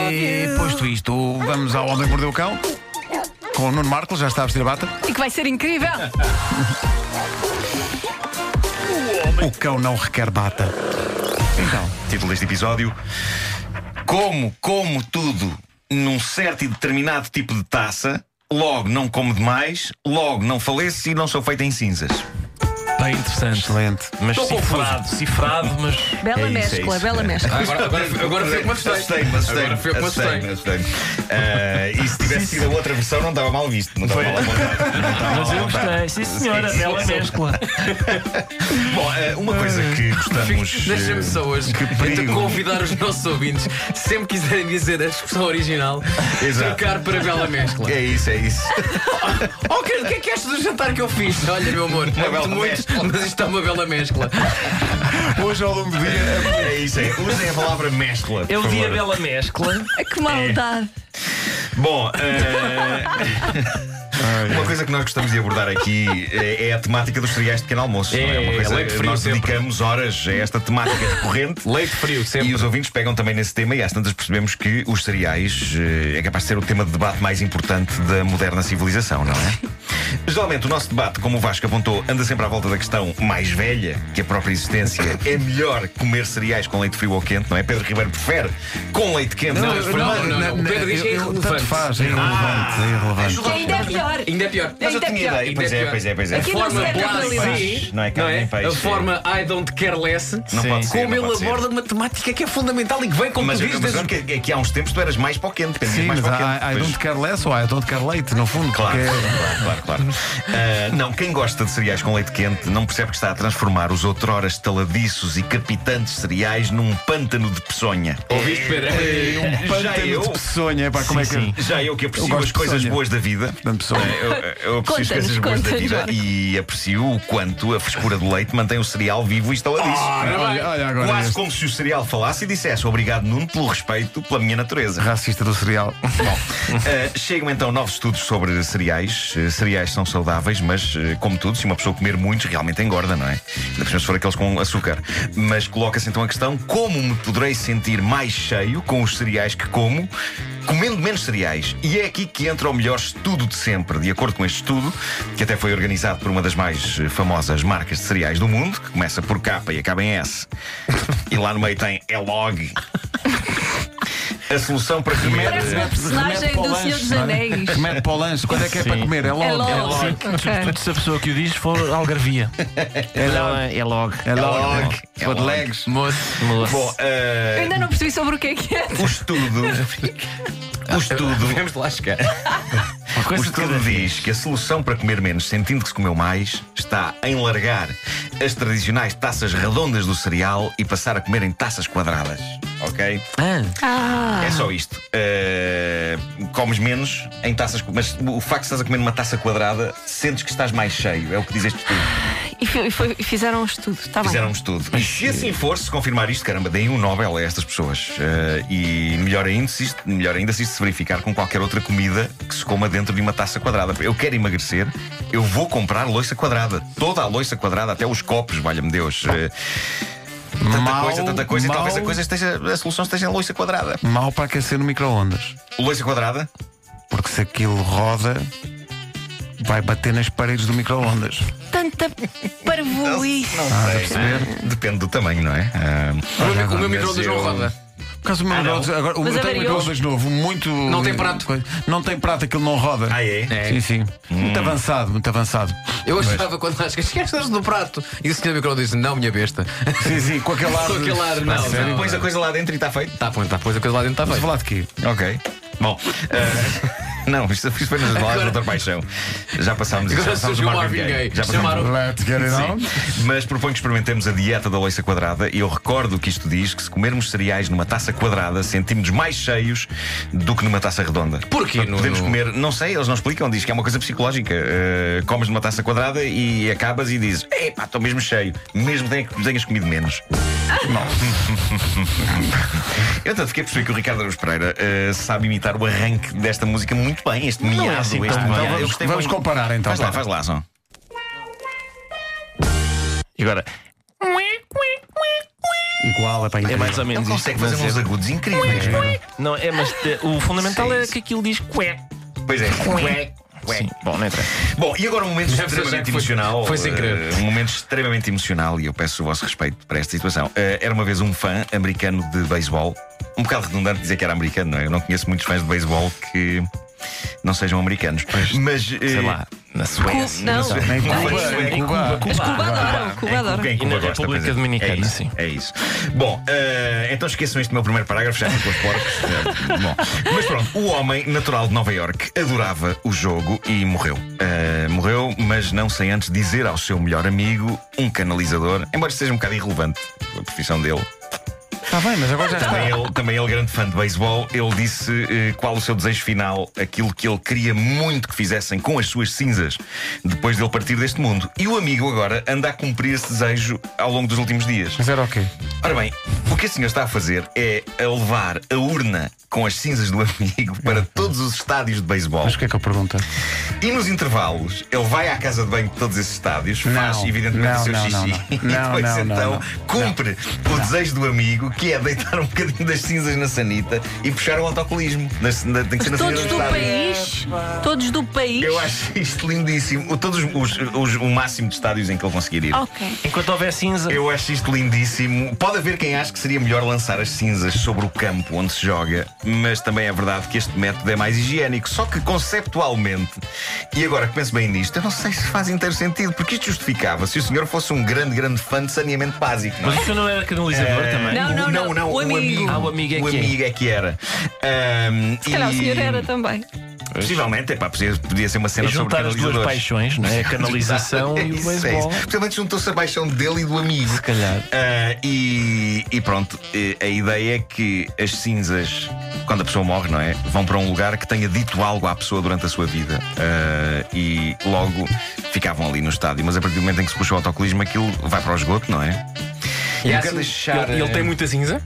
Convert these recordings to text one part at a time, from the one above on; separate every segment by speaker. Speaker 1: E posto isto, vamos ao Homem que Mordeu o Cão. Com o Nuno Marcos, já está a vestir a bata.
Speaker 2: E que vai ser incrível.
Speaker 1: O cão não requer bata. Então,
Speaker 3: Título deste episódio: Como como tudo num certo e determinado tipo de taça, logo não como demais, logo não faleço e não sou feito em cinzas.
Speaker 4: Bem interessante.
Speaker 1: excelente.
Speaker 4: Mas
Speaker 3: Estou
Speaker 4: cifrado, cifrado, mas.
Speaker 2: Bela
Speaker 3: É isso, é
Speaker 2: mescla,
Speaker 3: isso.
Speaker 2: bela mescla.
Speaker 5: Agora, agora, agora foi como assustei.
Speaker 3: Assustei-me, assustei-me,
Speaker 5: Agora foi como
Speaker 3: assustei-me,
Speaker 5: assustei.
Speaker 3: assustei-me. Ah, E se tivesse sido a outra versão, não estava mal visto. Não estava mal à vontade. Não estava
Speaker 4: Mas
Speaker 3: mal à
Speaker 4: eu
Speaker 3: vontade.
Speaker 4: gostei. Sim, senhora,
Speaker 3: Sim, É
Speaker 4: bela
Speaker 3: sim.
Speaker 4: mescla.
Speaker 3: Bom, ah, uma coisa que gostamos.
Speaker 5: Deixa-me
Speaker 3: eh,
Speaker 5: só hoje
Speaker 3: Que
Speaker 5: então,
Speaker 3: perigo.
Speaker 5: convidar os nossos ouvintes, sempre quiserem dizer a expressão original,
Speaker 3: Exato.
Speaker 5: trocar para bela mescla.
Speaker 3: É isso, é isso.
Speaker 5: Oh, querido, o que é que és do jantar que eu fiz? Olha, meu amor,
Speaker 3: Uma bela
Speaker 5: amo-te muito,
Speaker 3: mescla.
Speaker 5: mas isto é uma bela mescla.
Speaker 1: Hoje ao longo do dia.
Speaker 3: É isso, é. Usem a palavra mescla. por
Speaker 4: Eu vi a
Speaker 3: favor.
Speaker 4: bela mescla.
Speaker 2: Que maldade.
Speaker 3: Bom, eh, uma coisa que nós gostamos de abordar aqui é, é a temática dos cereais de pequeno almoço. não
Speaker 5: É,
Speaker 3: uma coisa,
Speaker 5: leite frio
Speaker 3: nós
Speaker 5: sempre.
Speaker 3: dedicamos horas a esta temática recorrente.
Speaker 5: Leite frio,
Speaker 3: E os ouvintes pegam também nesse tema e às tantas percebemos que os cereais eh, é capaz de ser o tema de debate mais importante da moderna civilização, não é? Geralmente o nosso debate, como o Vasco apontou, anda sempre à volta da questão mais velha que a própria existência. É melhor comer cereais com leite frio ou quente, não é? Pedro Ribeiro prefere com leite quente. é?
Speaker 5: Não,
Speaker 3: mas
Speaker 5: não, Ah!
Speaker 3: Fernando,
Speaker 5: não, não. O Pedro diz que é
Speaker 1: eu- eu-
Speaker 5: irrelevante.
Speaker 1: Tanto faz, é irrelevante, é irrelevante.
Speaker 2: Que ainda é pior.
Speaker 5: Ainda é pior.
Speaker 3: Mas eu
Speaker 2: Ainda
Speaker 3: tinha
Speaker 2: pior.
Speaker 3: ideia. Pois é, pois é, pois é.
Speaker 2: Aqui não
Speaker 5: forma
Speaker 2: se
Speaker 3: Carne
Speaker 2: é
Speaker 3: e
Speaker 5: blasé.
Speaker 2: realidade.
Speaker 3: peixe, Não é
Speaker 5: Não
Speaker 3: carne
Speaker 5: é?
Speaker 3: nem peixe.
Speaker 5: A forma I don't care less.
Speaker 3: Não pode ser,
Speaker 5: Como
Speaker 3: não
Speaker 5: ele
Speaker 3: pode ser.
Speaker 5: aborda uma temática que é fundamental e que vem, como
Speaker 3: Mas
Speaker 5: tu
Speaker 3: eu
Speaker 5: dizes,
Speaker 3: mas
Speaker 5: desde
Speaker 3: eu- que, que- que há uns tempos tu eras mais para o quente. pendias
Speaker 1: Sim,
Speaker 3: mais
Speaker 1: mas
Speaker 3: para o
Speaker 1: há- há- I
Speaker 3: quente.
Speaker 1: don't
Speaker 3: Pois,
Speaker 1: care less ou I don't care late, no fundo.
Speaker 3: Claro,
Speaker 1: porque é-
Speaker 3: claro, claro, claro. Ah, não, quem gosta de cereais com leite quente não percebe que está a transformar os outrora estaladiços e crepitantes cereais num pântano de peçonha.
Speaker 5: Ouviste, Pedro? É
Speaker 3: Já
Speaker 1: É, um Pântano
Speaker 3: eu,
Speaker 1: de peçonha, pá, como é que.
Speaker 3: já eu que aprecio
Speaker 1: gosto
Speaker 3: as
Speaker 1: de
Speaker 3: coisas
Speaker 1: peçonha.
Speaker 3: boas da vida,
Speaker 1: Portanto, pessoa.
Speaker 3: Eu, eu aprecio as
Speaker 2: Conta-nos,
Speaker 3: coisas boas da
Speaker 2: conta-nos,
Speaker 3: vida
Speaker 2: Vasco.
Speaker 3: e aprecio o quanto a frescura do leite mantém o cereal vivo e estaladiço.
Speaker 1: Olha, olha Ah, agora.
Speaker 3: Quase
Speaker 1: este
Speaker 3: como se o cereal falasse e dissesse obrigado, Nuno, pelo respeito pela minha natureza.
Speaker 1: Racista do cereal.
Speaker 3: Uh, chegam então novos estudos sobre cereais. Uh, cereais são saudáveis, mas, uh, como tudo, se uma pessoa comer muitos, realmente engorda, não é? Ainda por cima se for aqueles com açúcar. Mas coloca-se então a questão: como me poderei sentir mais cheio com os cereais que como, comendo menos cereais? E é aqui que entra o melhor estudo de sempre. De acordo com este estudo, que até foi organizado por uma das mais eh, famosas marcas de cereais do mundo, que começa por K e acaba em S, e lá no meio tem Elog. A solução para comer. eh,
Speaker 2: Parece uma personagem do Senhor dos Anéis.
Speaker 1: Mete para o lanche. Quando é que é
Speaker 4: Sim.
Speaker 1: para comer? É logo.
Speaker 2: É
Speaker 1: É
Speaker 2: logo.
Speaker 1: logo.
Speaker 2: Ok.
Speaker 4: Sobretudo se a pessoa que o diz for algarvia. Não, é, é logo.
Speaker 1: É
Speaker 3: logo.
Speaker 1: logo.
Speaker 3: É
Speaker 1: Pô de
Speaker 3: logo.
Speaker 1: legs.
Speaker 4: Moço.
Speaker 3: Bom,
Speaker 4: Moço.
Speaker 2: Eu
Speaker 3: eh,
Speaker 2: Ainda não percebi sobre o que é que é.
Speaker 3: o estudo. o estudo.
Speaker 5: Vamos lá chegar.
Speaker 4: Uma
Speaker 3: O
Speaker 4: coisa de cada
Speaker 3: estudo
Speaker 4: vez.
Speaker 3: diz que a solução para comer menos, sentindo que se comeu mais, está em largar as tradicionais taças redondas do cereal e passar a comer em taças quadradas. Ok?
Speaker 4: Ah,
Speaker 3: É só isto. Eh, comes menos em taças. Mas o facto de estás a comer numa taça quadrada, sentes que estás mais cheio. É o que diz este estudo.
Speaker 2: E fi- e foi- fizeram um estudo, está bem.
Speaker 3: Fizeram um estudo. E se assim for, se confirmar isto, caramba, deem um Nobel a estas pessoas. Eh, e melhor ainda, se isto, melhor ainda se isto se verificar com qualquer outra comida que se coma dentro de uma taça quadrada. Eu quero emagrecer, eu vou comprar loiça quadrada. Toda a loiça quadrada, até os copos, valha-me Deus. Eh, tanta
Speaker 1: Mau,
Speaker 3: coisa, tanta coisa, e talvez a
Speaker 1: mau.
Speaker 3: coisa esteja, a solução esteja em loiça quadrada.
Speaker 1: Mal para aquecer no micro-ondas.
Speaker 3: Loiça quadrada?
Speaker 1: Porque se aquilo roda, vai bater nas paredes do micro-ondas.
Speaker 2: Tanta parvoíce.
Speaker 3: Depende do tamanho, não é? Ah,
Speaker 5: O meu- O meu
Speaker 3: mas
Speaker 5: micro-ondas não
Speaker 3: eu-
Speaker 5: roda.
Speaker 1: Por causa do meu micro-ondas, agora o
Speaker 2: Mas
Speaker 1: meu tem um
Speaker 2: avariou.
Speaker 1: micro-ondas novo, muito. Não
Speaker 5: tem prato.
Speaker 1: Não tem prato, aquilo não roda.
Speaker 3: Ah, é?
Speaker 1: Sim, sim. Muito avançado, muito avançado.
Speaker 5: Eu achava quando lá cheguei, esquece do prato. E o senhor micro disse: Não, minha besta.
Speaker 1: Sim, sim, com aquele ar.
Speaker 5: Com
Speaker 1: de-
Speaker 5: aquele ar,
Speaker 1: Ah,
Speaker 5: não,
Speaker 1: sério?
Speaker 5: não.
Speaker 3: Pões a coisa lá dentro e está feito.
Speaker 5: Está Tá bom, está, pois a coisa lá dentro está
Speaker 1: Vamos
Speaker 5: feita.
Speaker 1: falar de quê?
Speaker 3: Ok. Bom. eh, não, isto isto foi nas palavras de outra paixão. Já passámos isso. Já
Speaker 5: Agora
Speaker 3: passámos o
Speaker 5: surgiu
Speaker 3: Marvin
Speaker 5: Marvin
Speaker 3: Gaye.
Speaker 5: Gaye.
Speaker 3: Já passámos-
Speaker 5: Chamaram-
Speaker 1: Let's get it on.
Speaker 3: Mas proponho que experimentemos a dieta da loiça quadrada e eu recordo que isto diz que se comermos cereais numa taça quadrada sentimos mais cheios do que numa taça redonda.
Speaker 5: Porquê,
Speaker 3: Portanto, podemos
Speaker 5: Nuno?
Speaker 3: comer, não sei, eles não explicam, diz que é uma coisa psicológica. Eh, comes numa taça quadrada e acabas e dizes, epá, estou mesmo cheio, mesmo que tenhas comido menos. Eu tanto fiquei a perceber que o Ricardo Araújo Pereira eh, sabe imitar o arranque desta música muito bem, este miado,
Speaker 4: assim
Speaker 3: este
Speaker 4: tão bem.
Speaker 3: miado. Eu
Speaker 4: Então
Speaker 1: Vamos,
Speaker 3: gostei
Speaker 1: vamos
Speaker 3: muito.
Speaker 1: comparar então.
Speaker 3: Faz lá,
Speaker 1: pá.
Speaker 3: faz lá, som.
Speaker 4: E agora.
Speaker 1: Igual, é para
Speaker 4: É mais ou
Speaker 3: Ele
Speaker 4: menos isto.
Speaker 3: consegue fazer
Speaker 4: Não
Speaker 3: uns
Speaker 4: sei.
Speaker 3: agudos incríveis.
Speaker 4: Não, é, mas eh, o fundamental
Speaker 3: Sim.
Speaker 4: é que aquilo diz cué.
Speaker 3: Pois é.
Speaker 4: Sim, bom, não entra.
Speaker 3: Bom, e agora um momento
Speaker 5: Já percebi
Speaker 3: extremamente
Speaker 5: que foi-
Speaker 3: emocional.
Speaker 5: foi sem querer.
Speaker 3: eh, Um momento extremamente emocional e eu peço o vosso respeito para esta situação. Eh, era uma vez um fã americano de beisebol. Um bocado redundante dizer que era americano, não é? Eu não conheço muitos fãs de beisebol que não sejam americanos. Mas. eh,
Speaker 4: Sei lá, na Suécia.
Speaker 2: Não.
Speaker 1: Nem Cuba,
Speaker 3: Não,
Speaker 1: nem
Speaker 3: em
Speaker 1: Cuba.
Speaker 2: Mas Cuba adora, Cuba adora.
Speaker 3: É Quem
Speaker 4: E na
Speaker 3: Cuba gosta,
Speaker 4: República
Speaker 3: pois é.
Speaker 4: Dominicana,
Speaker 3: é isso,
Speaker 4: sim.
Speaker 3: É isso. Bom, eh, então esqueçam este meu primeiro parágrafo, já com os porcos. Eh, Bom, mas pronto, o homem natural de Nova York adorava o jogo e morreu. Eh, morreu, mas não sem antes dizer ao seu melhor amigo, um canalizador, embora isto seja um bocado irrelevante a profissão dele.
Speaker 1: Está Tá bem, mas agora já
Speaker 3: Também
Speaker 1: está.
Speaker 3: ele, também ele, grande fã de beisebol, ele disse eh, qual o seu desejo final, aquilo que ele queria muito que fizessem com as suas cinzas depois dele partir deste mundo. E o amigo agora anda a cumprir esse desejo ao longo dos últimos dias.
Speaker 1: Mas era o quê?
Speaker 3: Ora bem, o que o senhor está a fazer é a levar a urna com as cinzas do amigo para todos os estádios de beisebol.
Speaker 1: Mas o que é que eu pergunto?
Speaker 3: E nos intervalos, ele vai à casa de banho de todos esses estádios, faz
Speaker 1: Não,
Speaker 3: evidentemente
Speaker 1: não,
Speaker 3: o seu
Speaker 1: não,
Speaker 3: xixi
Speaker 1: não, não.
Speaker 3: e
Speaker 1: Não,
Speaker 3: depois
Speaker 1: não, não,
Speaker 3: então
Speaker 1: não.
Speaker 3: cumpre o desejo do amigo, que é deitar um bocadinho das cinzas na sanita e puxar o autocolismo. Nas- na- tem que ser na
Speaker 2: Todos
Speaker 3: sanita
Speaker 2: do
Speaker 3: estádio.
Speaker 2: país, todos do país.
Speaker 3: Eu acho isto lindíssimo. O- Todos os, os- o máximo de estádios em que ele conseguir ir.
Speaker 2: Ok.
Speaker 4: Enquanto houver cinza,
Speaker 3: Eu acho isto lindíssimo. Pode haver quem ache que seria melhor lançar as cinzas sobre o campo onde se joga, mas também é verdade que este método é mais higiênico. Só que conceptualmente, e agora que penso bem nisto, eu não sei se faz inteiro sentido, porque isto justificava se o senhor fosse um grande, grande fã de saneamento básico. Não é?
Speaker 4: mas o senhor não era canalizador também.
Speaker 2: Não, não, não. O amigo.
Speaker 4: Ah, o amigo é
Speaker 3: o
Speaker 4: que é.
Speaker 3: amigo é que era. Ahm,
Speaker 2: Se calhar o
Speaker 3: e-
Speaker 2: senhor era também.
Speaker 3: Possivelmente, epá, podia, podia ser uma
Speaker 4: É
Speaker 3: cena sobre
Speaker 4: juntar as duas
Speaker 3: canalizadores.
Speaker 4: paixões, não é? a canalização e o
Speaker 3: Isso, é isso.
Speaker 4: beisebol.
Speaker 3: Principalmente juntou-se a paixão dele e do amigo.
Speaker 4: Se calhar.
Speaker 3: Ah, e, e pronto, eh, a ideia é que as cinzas, quando a pessoa morre, não é? Vão para um lugar que tenha dito algo à pessoa durante a sua vida. Ah, e logo ficavam ali no estádio. Mas a partir do momento em que se puxa o autocolismo, aquilo vai para o esgoto, não é?
Speaker 5: E
Speaker 3: Nunca
Speaker 5: assim,
Speaker 3: deixar,
Speaker 5: ele, ele
Speaker 3: eh,
Speaker 5: tem muita cinza?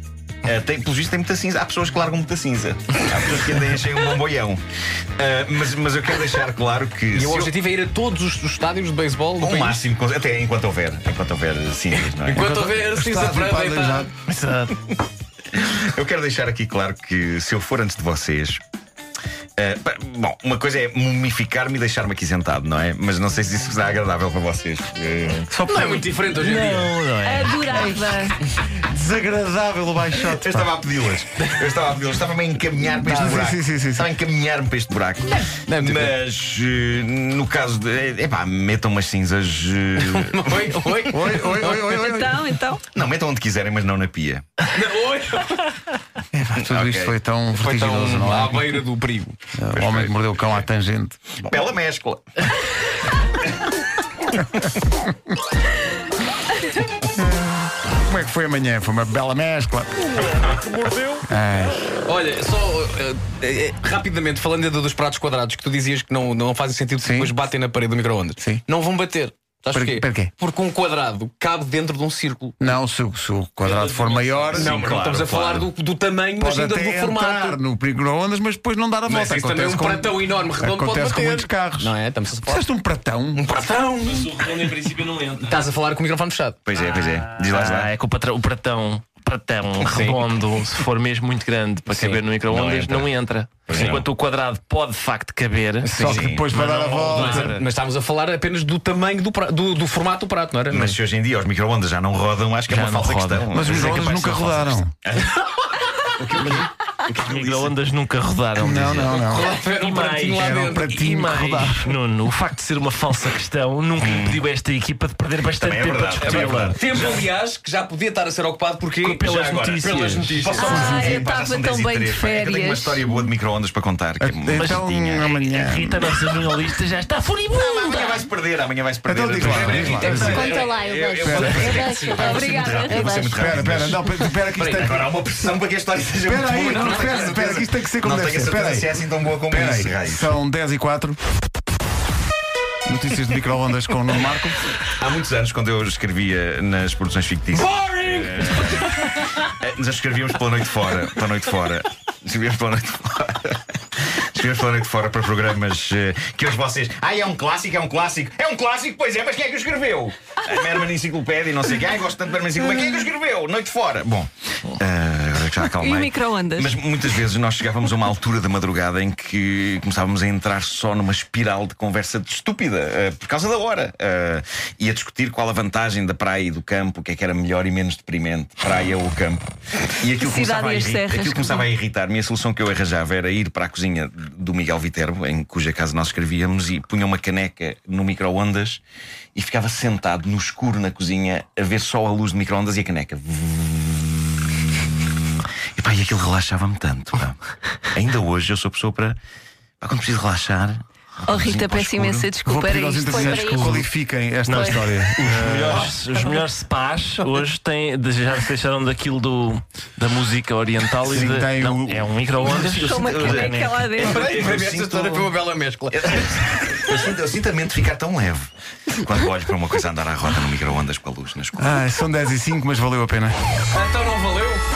Speaker 3: Uh, tem, pelo visto tem muita cinza. Há pessoas que largam muita cinza. Há pessoas que ainda enchem um bomboião. Uh, mas, mas eu quero deixar claro que.
Speaker 5: E
Speaker 3: se
Speaker 5: o
Speaker 3: eu-
Speaker 5: objetivo é ir a todos os, os estádios de beisebol do
Speaker 3: o
Speaker 5: país.
Speaker 3: Um máximo, até enquanto houver, enquanto houver cinzas, não é?
Speaker 5: Enquanto houver cinza
Speaker 1: Estádio
Speaker 5: para
Speaker 1: para
Speaker 5: deitar.
Speaker 1: deitar.
Speaker 4: Exato.
Speaker 3: Eu quero deixar aqui claro que se eu for antes de vocês. uh, pa- bom, uma coisa é mumificar-me e deixar-me aqui sentado, não é? Mas não sei se isso será agradável para vocês. Uh,
Speaker 4: Só
Speaker 5: Não é muito diferente hoje em dia.
Speaker 4: Não, não é.
Speaker 2: Adorava.
Speaker 1: Desagradável o baixote.
Speaker 3: eu estava a pedi-las. Eu estava a pedi-las. Estava-me a encaminhar para este
Speaker 1: Sim,
Speaker 3: buraco.
Speaker 1: sim, sim, tipo, sim.
Speaker 3: Estava a encaminhar-me para este buraco.
Speaker 5: não é muito
Speaker 3: Mas eh, no caso de. eh, Epá, metam umas cinzas. eh,
Speaker 5: Oi, oi,
Speaker 1: Oi, oi, oi, oi, oi.
Speaker 2: Então, então.
Speaker 3: Não, metam onde quiserem, mas não na pia.
Speaker 5: Não, oi.
Speaker 1: Epá, Tudo
Speaker 3: Ok.
Speaker 1: isto foi tão
Speaker 5: Foi
Speaker 1: vertiginoso,
Speaker 5: tão
Speaker 1: não
Speaker 5: à
Speaker 1: é?
Speaker 5: beira do perigo.
Speaker 1: O homem que mordeu o cão à tangente.
Speaker 3: Pela mescla.
Speaker 1: Como é que foi amanhã? Foi uma bela mescla.
Speaker 5: Olha, só eh, eh, rapidamente, falando ainda dos pratos quadrados que tu dizias que não, não fazem sentido,
Speaker 1: Sim.
Speaker 5: depois batem na parede do microondas.
Speaker 1: Sim.
Speaker 5: Não vão bater. Sabes
Speaker 1: Por-
Speaker 5: porquê?
Speaker 1: porquê?
Speaker 5: Porque um quadrado cabe dentro de um círculo.
Speaker 1: Não, se, o- se o quadrado for maior,
Speaker 5: não,
Speaker 3: claro,
Speaker 5: estamos a
Speaker 3: claro.
Speaker 5: falar do, do tamanho, mas
Speaker 1: pode
Speaker 5: ainda
Speaker 1: até
Speaker 5: do formato.
Speaker 1: entrar no microondas, mas depois não dar a volta.
Speaker 5: Mas isso também é um
Speaker 1: Acontece com-
Speaker 5: pratão enorme, redondo, pode
Speaker 1: Acontece
Speaker 5: bater.
Speaker 1: com muitos carros.
Speaker 5: Não é? Estamos a falar.
Speaker 1: Fizeste um pratão?
Speaker 5: Um pratão!
Speaker 4: O redondo em princípio não entra.
Speaker 5: Estás a falar com o microfone fechado.
Speaker 3: Pois é, pois é. Diz lá, diz lá.
Speaker 4: Ah, é que o, patra- o pratão, pratão redondo, se for mesmo muito grande para
Speaker 5: Sim.
Speaker 4: caber no microondas, não entra. Enquanto o quadrado pode de facto caber.
Speaker 1: Só que
Speaker 3: Sim,
Speaker 1: depois para dar a volta.
Speaker 5: Mas estávamos a falar apenas do tamanho do, pra- do, do formato do prato, não era?
Speaker 3: Mas se hoje em dia os microondas já não rodam, acho que é
Speaker 4: Já
Speaker 3: uma
Speaker 4: não
Speaker 3: falsa
Speaker 4: roda.
Speaker 3: questão.
Speaker 1: Mas os
Speaker 3: É
Speaker 1: microondas
Speaker 3: capaz de
Speaker 1: nunca
Speaker 3: ser uma falsa
Speaker 1: rodaram.
Speaker 4: Os microondas nunca rodaram.
Speaker 1: Não,
Speaker 4: dizia.
Speaker 1: não, não.
Speaker 5: Era um pratinho lá
Speaker 1: era um
Speaker 5: dentro.
Speaker 1: pratinho.
Speaker 4: E
Speaker 1: que
Speaker 4: mais,
Speaker 1: rodava.
Speaker 4: Nuno, o facto de ser uma falsa questão nunca impediu esta equipa de perder bastante
Speaker 3: Também é
Speaker 4: tempo a
Speaker 3: verdade, também é
Speaker 4: discuti-la.
Speaker 3: verdade.
Speaker 5: Tempo, aliás, que já podia estar a ser ocupado porque
Speaker 4: Pelas
Speaker 5: já agora,
Speaker 4: notícias.
Speaker 5: pelas notícias.
Speaker 3: Posso só vos
Speaker 2: Ah,
Speaker 3: dizer,
Speaker 2: eu
Speaker 3: pá, já
Speaker 2: estava
Speaker 3: são 10
Speaker 2: tão
Speaker 3: e
Speaker 2: bem de
Speaker 3: três, pá, é que Eu tenho uma
Speaker 2: férias.
Speaker 3: história boa de microondas para contar. Que é uma
Speaker 1: Então,
Speaker 3: chatinha.
Speaker 4: A
Speaker 1: amanhã.
Speaker 4: Rita, nossa jornalista, já está
Speaker 3: Amanhã
Speaker 4: furibunda.
Speaker 3: vai-se perder, amanhã vai-se perder.
Speaker 1: Então diz lá, diz lá.
Speaker 6: Conta lá, eu
Speaker 3: Eu- eu
Speaker 6: deixo.
Speaker 3: vou-
Speaker 6: Eu
Speaker 3: Sim,
Speaker 6: deixo.
Speaker 3: eu vou ser muito rápido, eu vou ser
Speaker 6: Eu
Speaker 3: muito
Speaker 6: deixo.
Speaker 1: Espera, espera, não, espera que isto tem
Speaker 3: Agora há uma pressão para que a história seja
Speaker 1: Espera
Speaker 3: muito
Speaker 1: aí,
Speaker 3: boa.
Speaker 1: não,
Speaker 3: tenho
Speaker 1: espera,
Speaker 3: certeza.
Speaker 1: espera, que isto tem que ser como
Speaker 3: Não
Speaker 1: deve
Speaker 3: tenho a
Speaker 1: ser.
Speaker 3: certeza
Speaker 1: Espera
Speaker 3: se é
Speaker 1: aí.
Speaker 3: assim tão boa como
Speaker 1: Peraí,
Speaker 3: isso. raios.
Speaker 1: são 10 e 4. Notícias de microondas com o Nuno Marco.
Speaker 3: Há muitos anos, quando eu escrevia nas produções fictícias. Eh, Nós escrevíamos pela noite fora. Pela noite fora. Escrevíamos pela noite fora. Escrevíamos pela noite fora para programas eh, que hoje vocês. Ai, é um clássico, é um clássico. É um clássico, pois é, mas quem é que o escreveu? A Merman Enciclopédia e não sei o que. Ai, gosto tanto de Merman Enciclopédia. Quem é que o escreveu? Noite fora. Bom, ah, agora que já acalmei.
Speaker 2: E o micro-ondas?
Speaker 3: Mas muitas vezes nós chegávamos a uma altura da madrugada em que começávamos a entrar só numa espiral de conversa de estúpida, ah, por causa da hora. Ah, e a discutir qual a vantagem da praia e do campo, o que é que era melhor e menos deprimente, praia ou campo. E aquilo
Speaker 2: Cidade
Speaker 3: começava a
Speaker 2: e as é?
Speaker 3: irri-
Speaker 2: serras,
Speaker 3: aquilo
Speaker 2: que
Speaker 3: começava a irritar-me. E A solução que eu arranjava era ir para a cozinha do Miguel Viterbo, em cuja casa nós escrevíamos, e punha uma caneca no micro-ondas e ficava sentado no escuro na cozinha a ver só a luz do micro-ondas e a caneca. E pá, e aquilo relaxava-me tanto. pá. Ainda hoje eu sou pessoa para. Pá, quando preciso relaxar.
Speaker 2: Oh, Rita, peço imensa
Speaker 1: Vou
Speaker 2: desculpa. Era
Speaker 1: pedir aos
Speaker 2: isto.
Speaker 1: intervenientes
Speaker 2: foi
Speaker 1: que
Speaker 2: para isto.
Speaker 1: qualifiquem esta
Speaker 4: Não.
Speaker 1: história.
Speaker 4: Os melhores, os melhores spas hoje têm, de- já se deixaram daquilo do, da música oriental
Speaker 1: Sim,
Speaker 4: e de-
Speaker 1: tem
Speaker 4: não,
Speaker 1: o-
Speaker 4: é um micro-ondas.
Speaker 2: Com uma
Speaker 3: Eu sinto-
Speaker 2: caneca lá dentro.
Speaker 5: Para mim,
Speaker 3: Eu
Speaker 5: esta
Speaker 3: sinto-
Speaker 5: história foi uma bela mescla.
Speaker 3: Eu sinto, eu sinto a mente ficar tão leve quando olho para uma coisa andar à roda no micro-ondas com a luz nas cores.
Speaker 1: Ah, são 10 e 5, mas valeu a pena.
Speaker 5: Então não valeu?